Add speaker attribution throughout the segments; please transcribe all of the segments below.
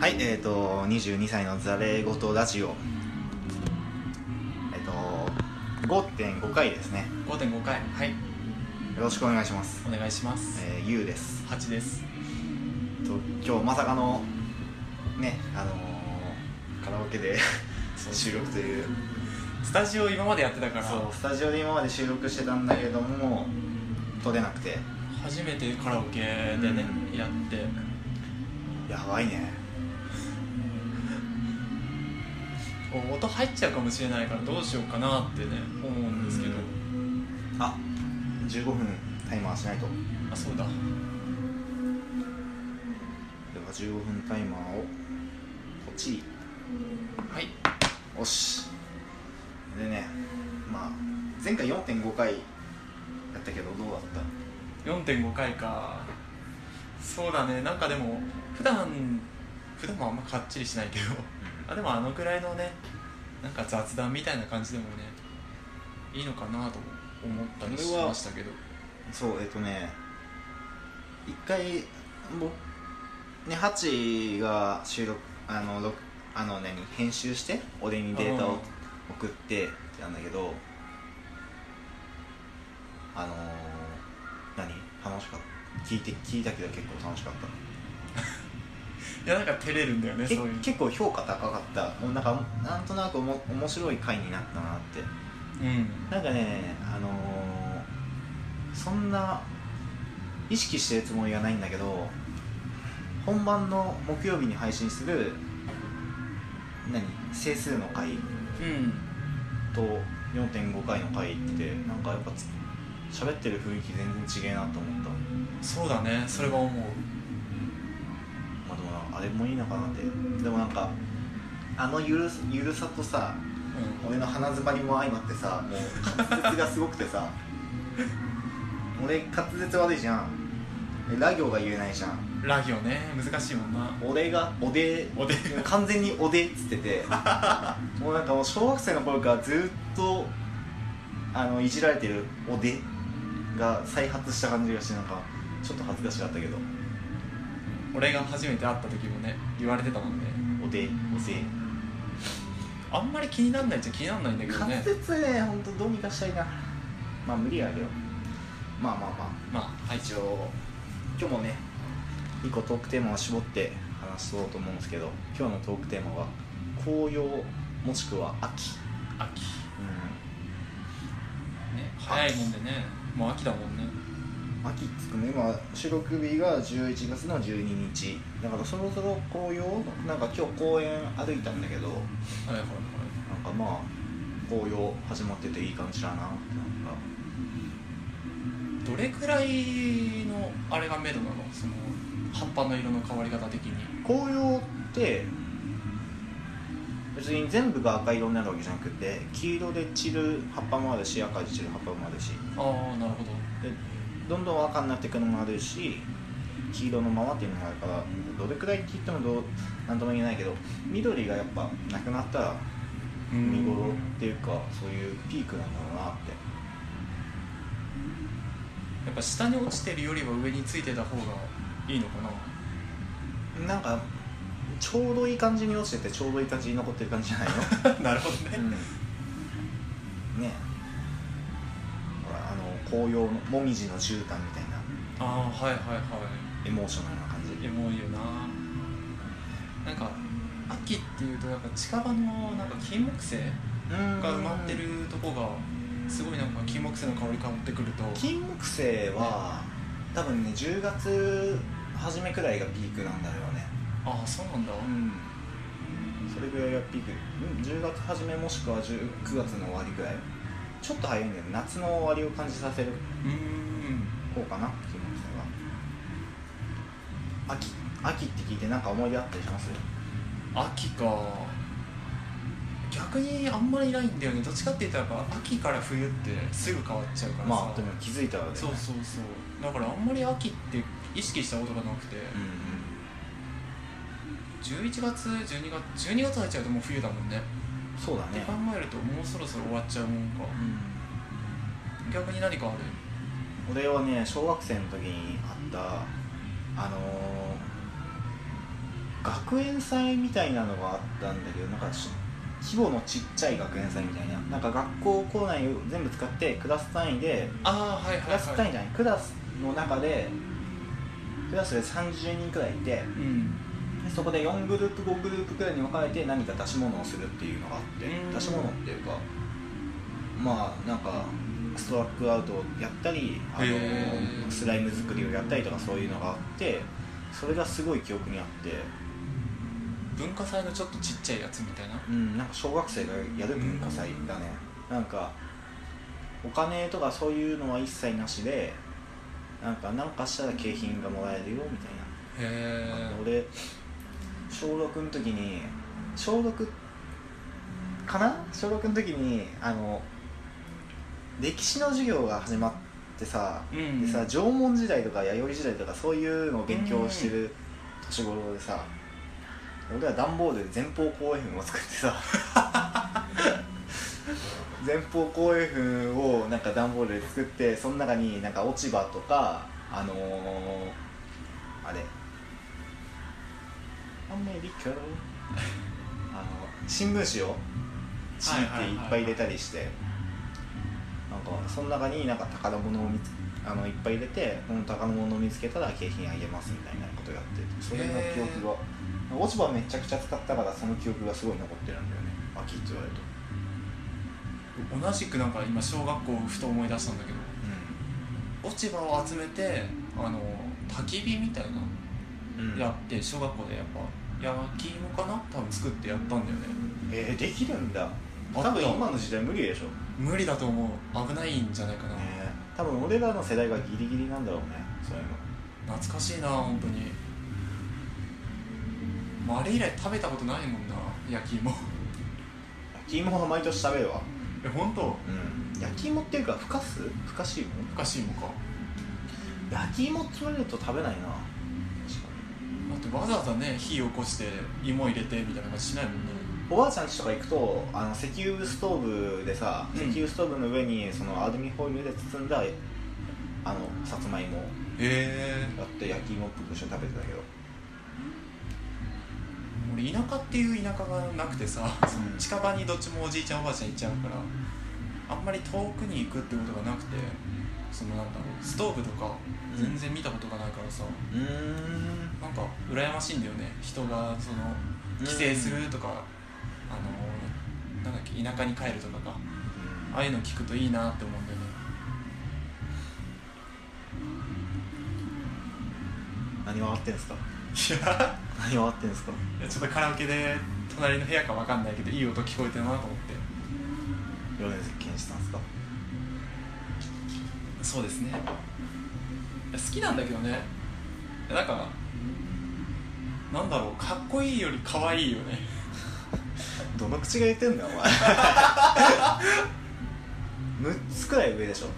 Speaker 1: はいえっ、ー、と22歳のザレ言ラジオえっ、ー、と5.5回ですね
Speaker 2: 5.5回はい
Speaker 1: よろしくお願いします
Speaker 2: お願いします、
Speaker 1: えー、ゆうです
Speaker 2: 八8です
Speaker 1: と今日まさかのねあのーカラオケで 収録という
Speaker 2: スタジオ今までやってたから
Speaker 1: そうスタジオで今まで収録してたんだけども撮れなくて
Speaker 2: 初めてカラオケでね、
Speaker 1: うん
Speaker 2: やって
Speaker 1: やばいね
Speaker 2: お音入っちゃうかもしれないからどうしようかなってね思うんですけど、
Speaker 1: あ15分タイマーしないと
Speaker 2: あそうだ
Speaker 1: では15分タイマーをポチッ
Speaker 2: はい
Speaker 1: おしでねまあ前回4.5回やったけどどうだった
Speaker 2: 4.5回かそうだねなんかでも普段普段もあんまかっちりしないけどあでもあのくらいのねなんか雑談みたいな感じでもねいいのかなと思ったりしましたけど
Speaker 1: そうえっとね一回僕ねハチが収録あの録あの何編集して俺にデータ
Speaker 2: うん
Speaker 1: を送ってなんだけどあのー、何楽しかった聞いて聞いたけど結構楽しかった
Speaker 2: いやなんか照れるんだよね
Speaker 1: け
Speaker 2: そういうの
Speaker 1: 結構評価高かったもうなんかなんとなくおも面白い回になったなって
Speaker 2: うん
Speaker 1: なんかねあのーそんな意識してるつもりはないんだけど本番の木曜日に配信する何整数の回
Speaker 2: うん
Speaker 1: と4.5回の回ってなんかやっぱつ喋ってる雰囲気全然違えなと思った、
Speaker 2: そうだねそれは思う
Speaker 1: まあ、でもなあれもいいのかなってでもなんかあのゆるゆるさとさ俺の鼻づまりも相まってさもう滑舌がすごくてさ俺滑舌悪いじゃんでラ行が言えないじゃん
Speaker 2: うんラ行ね難しいもんな
Speaker 1: 俺がおで
Speaker 2: おで
Speaker 1: 完全におでっつって てもうなんかもう小学生の頃からずっとあのいじられてるおでが再発した感じがしてなんかちょっと恥ずかしかったけど
Speaker 2: 俺が初めて会った時もね言われてたもんね
Speaker 1: おでおせ
Speaker 2: あんまり気になんないっちゃ気になんないんだけど
Speaker 1: 滑
Speaker 2: ね
Speaker 1: 舌ねほんとどうにかしたいなまあ無理やけどまあまあまあ
Speaker 2: まあはい
Speaker 1: 一応今日もね一個トークテーマを絞って話そうと思うんですけど今日のトークテーマは紅葉もしくは秋、う
Speaker 2: 秋ね早いもんでねもう秋だもんね
Speaker 1: ん、秋っつっても今収録日が11月の12日だからそろそろ紅葉なんか今日公園歩いたんだけど
Speaker 2: はいはいはい
Speaker 1: なんかまあ紅葉始まってていい感じだなってなんか
Speaker 2: どれくらいのあれが目処なのその葉っぱの色の変わり方的に
Speaker 1: 紅葉って別に全部が赤色になるわけじゃなくて黄色で散る葉っぱもあるし赤で散る葉っぱもあるし
Speaker 2: ああなるほど
Speaker 1: でどんどん赤になっていくのもあるし黄色のままっていうのもあるからどれくらいって言ってもどうなんとも言えないけど緑がやっぱなくなったら見頃っていうかそういうピークなんだろうなって
Speaker 2: やっぱ下に落ちてるよりは上についてた方がいいのかな
Speaker 1: なんかちょうどいい感じに落ちててちょうどいい感じに残ってる感じじゃ ないの
Speaker 2: なるほど
Speaker 1: うんねほらあの紅葉の紅葉の絨毯みたいな
Speaker 2: ああはいはいは
Speaker 1: エモーショナルな感じ
Speaker 2: いエモいよななんか秋っていうとなんか近場のなんか金木犀が埋まってるとこがすごいなんか金木犀の香り香ってくると
Speaker 1: 金木犀は多分ね10月初めくらいがピークなんだよね
Speaker 2: ああそうなんだ
Speaker 1: んそれぐらいがピークうん10月初めもしくは10 9月の終わりぐらいちょっと早いんだよね夏の終わりを感じさせる
Speaker 2: うーん
Speaker 1: 方かな金木犀は秋秋って聞いてなんか思い出あったりします
Speaker 2: 秋か逆にあんまりないんだよねどっちかって言ったらやっぱ秋から冬ってすぐ変わっちゃうからさ、
Speaker 1: まあでも気づいたらだよね
Speaker 2: そうそうそうだからあんまり秋って意識したことがなくて、
Speaker 1: うんうん
Speaker 2: 11月12月12月入っちゃうともう冬だもんね
Speaker 1: そうだ
Speaker 2: って
Speaker 1: ね
Speaker 2: 考えるともうそろそろ終わっちゃうもんか
Speaker 1: うん
Speaker 2: 逆に何かある
Speaker 1: 俺はね小学生の時にあったあのー学学園祭みたいなのがあったんだけどなんかち規模のちっちゃい学園祭みたいななんか学校校内を全部使ってクラス単位で
Speaker 2: ああはい
Speaker 1: ク
Speaker 2: はい
Speaker 1: ラス
Speaker 2: は
Speaker 1: 単
Speaker 2: い
Speaker 1: 位じゃないクラスの中でクラスで30人くらいいてで
Speaker 2: うん
Speaker 1: そこで4グループ5グループくらいに分かれて何か出し物をするっていうのがあって
Speaker 2: うん
Speaker 1: 出し物っていうかまあなんかストラックアウトをやったりあ
Speaker 2: へー
Speaker 1: のスライム作りをやったりとかそういうのがあってそれがすごい記憶にあって
Speaker 2: 文化祭のちょっとちっちゃいやつみたいな
Speaker 1: うん、なんか小学生がやる文化祭だね、なんかお金とかそういうのは一切なしでなんかなんかしたら景品がもらえるよみたい
Speaker 2: へえ
Speaker 1: な、俺小6の時に小6かな小6の時にあの歴史の授業が始まってさ、
Speaker 2: うん
Speaker 1: でさ縄文時代とか弥生時代とかそういうのを勉強してる年頃でさ、俺は段ボールで前方後円墳を作って さ前方後円墳をなんか段ボールで作ってその中になんか落ち葉とかあのー、あれアメリカのあの新聞紙をちぎっていっぱい入れたりして、なんかその中になんか宝物を見つあのいっぱい入れてこの宝物を見つけたら景品あげますみたいなことをやっててそれの記憶が落ち葉めちゃくちゃ使ったからその記憶がすごい残ってるんだよね秋って言われると、
Speaker 2: 同じくなんか今小学校をふと思い出したんだけど落ち葉を集めてあの焚き火みたいな
Speaker 1: うん
Speaker 2: やって小学校でやっぱ焼き芋かな多分作ってやったんだよね
Speaker 1: えー、できるんだ
Speaker 2: あっ
Speaker 1: 多
Speaker 2: た
Speaker 1: 分今の時代無理でしょ、ね
Speaker 2: 無理だと思う危ないんじゃないかな、
Speaker 1: え、多分俺らの世代がギリギリなんだろうねそういうの
Speaker 2: 懐かしいな本当にもうあれ以来食べたことないもんな焼き芋
Speaker 1: 焼き芋は毎年食べるわ
Speaker 2: え本当
Speaker 1: うん焼き芋っていうかふかすふかし芋
Speaker 2: おかしいもんか
Speaker 1: 焼き芋って言われると食べないな確かに
Speaker 2: だってわざわざね火起こして芋入れてみたいな感じしないもんね
Speaker 1: おばあちゃん家とか行くとあの石油ストーブでさ、
Speaker 2: うん
Speaker 1: 石油ストーブの上にそのアルミホイルで包んだあのさつまいもを
Speaker 2: へえ
Speaker 1: やって焼き芋っぽく一緒に食べてたけど
Speaker 2: 俺田舎っていう田舎がなくてさ、
Speaker 1: うん
Speaker 2: 近場にどっちもおじいちゃんおばあちゃんいっちゃうからあんまり遠くに行くってことがなくてそのなんだろうストーブとか
Speaker 1: うん
Speaker 2: 全然見たことがないからさ、
Speaker 1: うー
Speaker 2: なんか羨ましいんだよね人がその
Speaker 1: うん
Speaker 2: 帰省するとか、あのなんだっけ田舎に帰るとかかああいうの聞くといいなって思うんだよね
Speaker 1: 何笑ってん すか
Speaker 2: いや
Speaker 1: 何笑ってんすか
Speaker 2: いやちょっとカラオケで隣の部屋かわかんないけどいい音聞こえてるなと思って
Speaker 1: 米津玄師さんすか
Speaker 2: そうですねいや好きなんだけどねいやなんかなんだろうかっこいいより可愛いよね
Speaker 1: どの口が言ってんだよ お前6つくらい上でしょ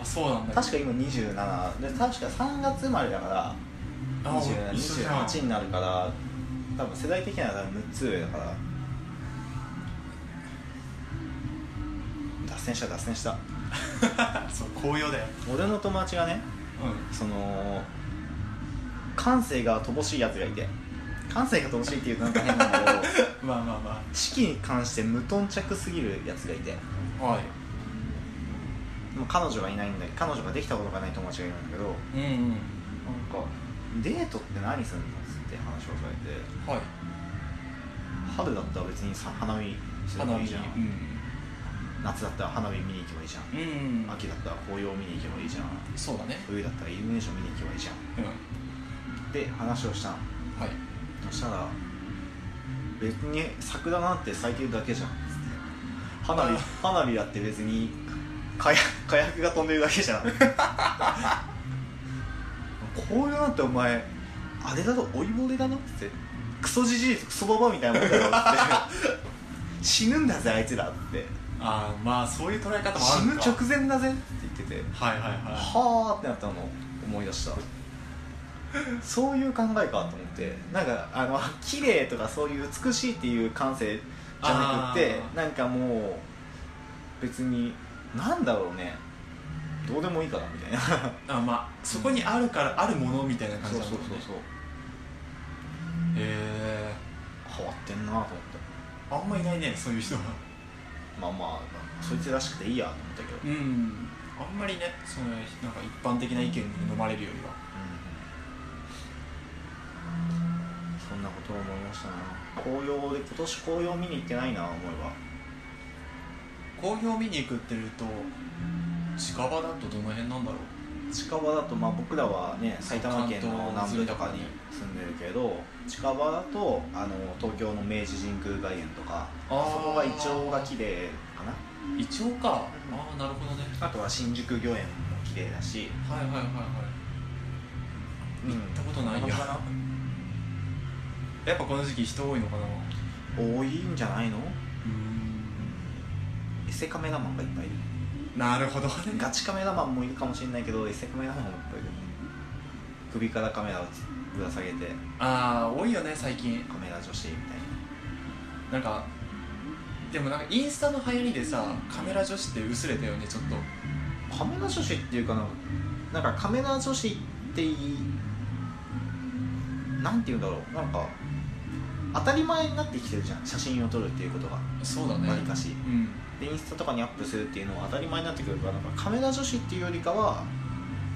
Speaker 2: あそうなんだ
Speaker 1: 確か今27で確か3月生まれだから
Speaker 2: あ俺一緒じゃん
Speaker 1: 28になるから多分世代的には多分6つ上だから脱線した脱線した
Speaker 2: か そう紅葉だよ
Speaker 1: 俺の友達がね
Speaker 2: う
Speaker 1: その感性が乏しいやつがいて感性が乏しいっていうとなんか変なんだけど
Speaker 2: んまあまあま
Speaker 1: 式に関して無頓着すぎるやつがいて
Speaker 2: あはい
Speaker 1: もう彼女がいないんだ彼女ができたことがない友達がいるんだけどなん
Speaker 2: うんうん
Speaker 1: かデートって何するのって話をされて
Speaker 2: はい
Speaker 1: 春だったら別にさ花見すればいいじゃん
Speaker 2: 花火うん
Speaker 1: 夏だったら花火見に行けばいいじゃん、
Speaker 2: うん
Speaker 1: 秋だったら紅葉見に行けばいいじゃん
Speaker 2: そうだね
Speaker 1: 冬だったらイルミネーション見に行けばいいじゃん
Speaker 2: うん
Speaker 1: で話をしたの
Speaker 2: はい
Speaker 1: そしたら別に桜なんて咲いてるだけじゃんっつって花火
Speaker 2: あ
Speaker 1: 花火だって別に火薬 火薬が飛んでるだけじゃん紅葉なんてお前あれだと老いぼれだなっつってクソじじいとクソババアみたいなもんだよっつって 死ぬんだぜあいつらって
Speaker 2: ああまあそういう捉え方もあ
Speaker 1: 死
Speaker 2: る
Speaker 1: ぬ
Speaker 2: のか
Speaker 1: 直前だぜって言ってて
Speaker 2: はいはいは
Speaker 1: はあってなったのを思い出したそういう考えかと思ってなんかあの綺麗とかそういう美しいっていう感性じゃなくって
Speaker 2: あー
Speaker 1: なんかもう別になんだろうねどうでもいいかなみたいな
Speaker 2: いあまあそこにあるからあるものみたいな感じなんだねへえまいないねそういう人は
Speaker 1: まあまあそいつらしくていいやと思ったけど、うん
Speaker 2: うんあんまりねそのなんか一般的な意見に飲まれるよりは
Speaker 1: そんなことを思いましたな紅葉で今年紅葉見に行ってないな思えば
Speaker 2: 紅葉見に行くっていうと近場だとどの辺なんだろう
Speaker 1: 近場だと、まあ、僕らはね埼玉県の南部とかに住んでるけど近場だとあの東京の明治神宮外苑とか
Speaker 2: あ
Speaker 1: あ
Speaker 2: ー
Speaker 1: そこがイチョウが綺麗かな
Speaker 2: イチョウかああなるほどね
Speaker 1: あとは新宿御苑も綺麗だし、
Speaker 2: はいはいはいはい
Speaker 1: うん、行
Speaker 2: 行ったことないややっぱこの時期人多いのかなう
Speaker 1: 多いんじゃないの
Speaker 2: ん
Speaker 1: エセカメラマンがいっぱいいる
Speaker 2: なるほどね
Speaker 1: ガチカメラマンもいるかもしれないけどエセカメラマンもいっぱいいる首からカメラをぶら下げて
Speaker 2: ああ多いよね最近
Speaker 1: カメラ女子みたい
Speaker 2: なんかでもなんかインスタの流行りでさカメラ女子って薄れたよねちょっと
Speaker 1: なカメラ女子っていうかななんかカメラ女子っていいなんて言うんだろうなんか当たり前になってきてるじゃん写真を撮るっていうことが
Speaker 2: そうだね
Speaker 1: 何かし
Speaker 2: うん
Speaker 1: でインスタとかにアップするっていうのは当たり前になってくるからなんかカメラ女子っていうよりかは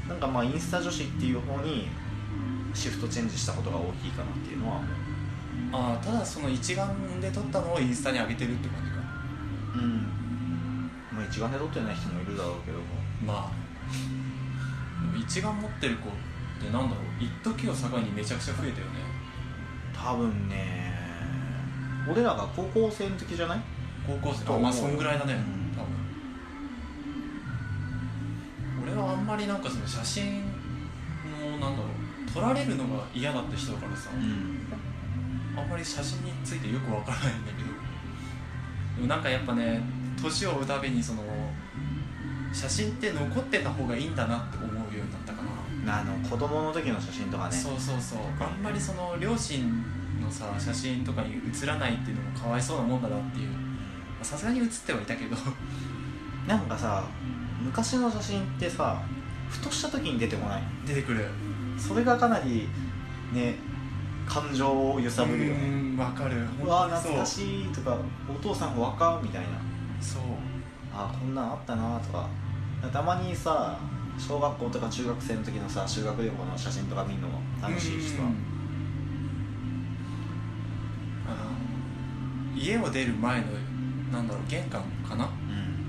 Speaker 1: なんかまあインスタ女子っていう方にシフトチェンジしたことが大きいかなっていうのは
Speaker 2: ああただその一眼で撮ったのをインスタに上げてるって感じか
Speaker 1: うんまあ一眼で撮ってない人もいるだろうけども
Speaker 2: まあでも一眼持ってる子ってなんだろう一時を境にめちゃくちゃ増えたよね
Speaker 1: 多分ね俺らが高校生の時じゃない
Speaker 2: 高校生
Speaker 1: と
Speaker 2: あ
Speaker 1: 思う
Speaker 2: まあそんぐらいだね、
Speaker 1: うん
Speaker 2: 多分俺はあんまりなんかその写真のなんだろう撮られるのが嫌だって人だからさ、
Speaker 1: ん
Speaker 2: あんまり写真についてよくわからないんだけどでもなんかやっぱね年を追うたびにその写真って残ってた方がいいんだなって思うようになったかな、
Speaker 1: あの子供の時の写真とかね
Speaker 2: そうそうそうあんまりその両親のさ写真とかに写らないっていうのもかわいそうなもんだなっていうまあさすがに写ってはいたけど
Speaker 1: なんかさ昔の写真ってさふとした時 に出てこない
Speaker 2: 出てくる
Speaker 1: それがかなりね感情を揺さぶるよ
Speaker 2: う
Speaker 1: ね
Speaker 2: んわかる
Speaker 1: うわ
Speaker 2: 本当にそう
Speaker 1: 懐かしいとかお父さん若みたいな
Speaker 2: そう
Speaker 1: あこんなんあったなとかたまにさ小学校とか中学生の時のさ修学旅行の写真とか見るのも楽しいしさ
Speaker 2: うんあの家を出る前のなんだろう玄関かな
Speaker 1: う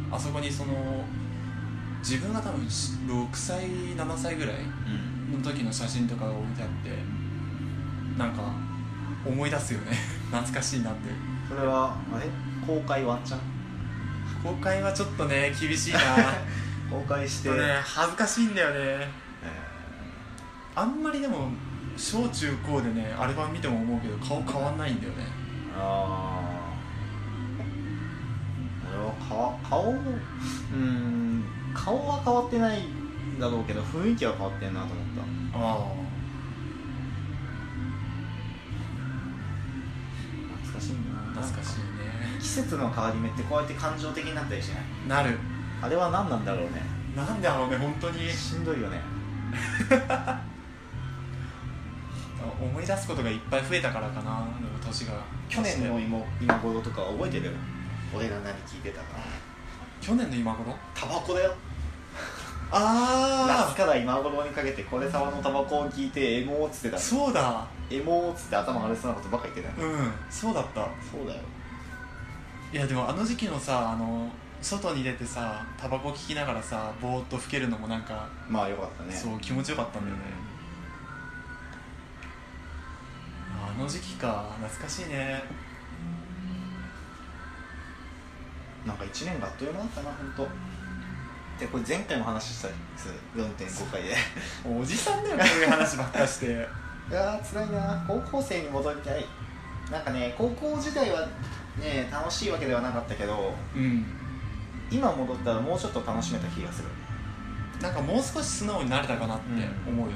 Speaker 1: ん
Speaker 2: あそこにその自分が多分し6歳7歳ぐらい
Speaker 1: うん
Speaker 2: の時の写真とかが置いてあってなんか思い出すよね 懐かしいなって
Speaker 1: それはあれ公開ワンチャン
Speaker 2: 公開はちょっとね厳しいなち
Speaker 1: 公開し
Speaker 2: ょ
Speaker 1: て、
Speaker 2: っとね恥ずかしいんだよね
Speaker 1: え
Speaker 2: あんまりでも小中高でねアルバム見ても思うけど顔変わんないんだよね
Speaker 1: ー、あー俺は顔顔もうーん顔は変わってないんだろうけど雰囲気は変わってんなと思った
Speaker 2: あ
Speaker 1: 懐かしい
Speaker 2: あ
Speaker 1: な
Speaker 2: 懐かしいね
Speaker 1: 季節の変わり目ってこうやって感情的になったりしない
Speaker 2: なる
Speaker 1: あれは何なんだろうね
Speaker 2: なんだろうね本当に
Speaker 1: しんどいよね
Speaker 2: 思い出すことがいっぱい増えたからかなでも年が
Speaker 1: 去年の今今頃とか覚えてる俺が何聞いてたか
Speaker 2: 去年の今頃
Speaker 1: タバコだよ夏
Speaker 2: あ
Speaker 1: から今頃にかけてこれ沢のタバコを聞いてエモーっつってた
Speaker 2: あそうだ
Speaker 1: エモーっつって頭が荒れそうなことばっか言ってた
Speaker 2: うんそうだった
Speaker 1: そうだよ
Speaker 2: いやでもあの時期のさあの外に出てさタバコ聞きながらさぼーっと吹けるのもなんか、
Speaker 1: まあよかったね
Speaker 2: そう気持ちよかったんだよね、あの時期か懐かしいね
Speaker 1: なんか1年があっという間だったな本当。でこれ前回も話したんです4.5回で
Speaker 2: おじさんだよねこういう話ばっかして
Speaker 1: いやー辛いな高校生に戻りたいなんかね高校時代はね楽しいわけではなかったけど
Speaker 2: うん
Speaker 1: 今戻ったらもうちょっと楽しめた気がする、
Speaker 2: なんかもう少し素直になれたかなって思うよね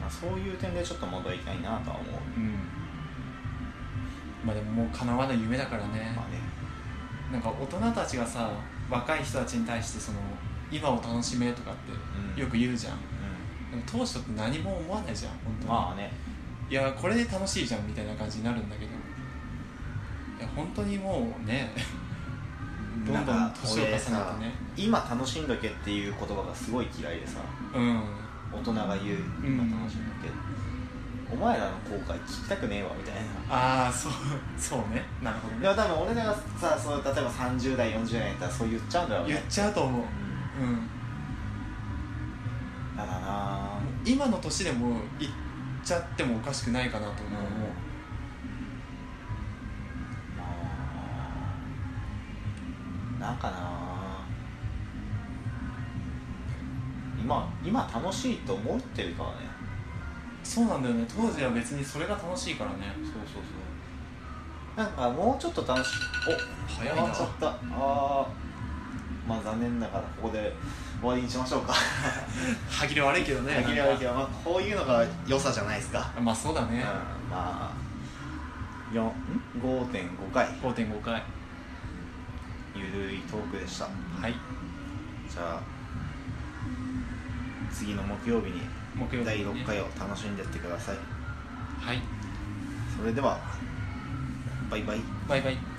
Speaker 1: まあ、そういう点でちょっと戻りたいなとは思う
Speaker 2: うん、まあでももう叶わない夢だからね、
Speaker 1: まあね
Speaker 2: なんか大人たちがさ若い人たちに対してその今を楽しめとかっ
Speaker 1: うん
Speaker 2: てよく言うじゃん、
Speaker 1: う
Speaker 2: でも当初って何も思わないじゃん本
Speaker 1: ん
Speaker 2: 当に、
Speaker 1: まあね
Speaker 2: いやこれで楽しいじゃんみたいな感じになるんだけどいや本当にもうね ど
Speaker 1: なんん
Speaker 2: どん
Speaker 1: か
Speaker 2: 年を重ね
Speaker 1: 俺
Speaker 2: て
Speaker 1: さ
Speaker 2: ね
Speaker 1: 今楽しんどけっていう言葉がすごい嫌いでさ
Speaker 2: うん
Speaker 1: 大人が言う今楽しんどけ、お前らの後悔聞きたくねえわみたいな
Speaker 2: ああそうそうねなるほ
Speaker 1: で
Speaker 2: どね
Speaker 1: も多分俺らがさそう例えば30代40代やったらそう言っちゃうんだろう
Speaker 2: 言っ
Speaker 1: ね
Speaker 2: ちゃうと思ううんもう
Speaker 1: だからな
Speaker 2: 今の年でも言っちゃってもおかしくないかなと思う、もう
Speaker 1: まあなんかな今今楽しいと思うっていうかはね
Speaker 2: そうなんだよね当時は別にそれが楽しいからね
Speaker 1: そうそうそうなんかもうちょっと楽し
Speaker 2: お
Speaker 1: い
Speaker 2: 早い
Speaker 1: 終
Speaker 2: な
Speaker 1: わっちゃったああーまあ残念ながらここで終わりにしましょうか
Speaker 2: 歯切れ悪いけどね
Speaker 1: 限りあるけど、まあ、こういうのが良さじゃないですか、
Speaker 2: どまあそうだ
Speaker 1: うん、
Speaker 2: ね、
Speaker 1: まあ4ん5.5回
Speaker 2: 5.5回
Speaker 1: ゆるいトークでした
Speaker 2: はい
Speaker 1: じゃあ次の木曜日に
Speaker 2: 木曜日、ね、
Speaker 1: 第6回を楽しんでってください
Speaker 2: はい
Speaker 1: それではバイバイ
Speaker 2: バイバイ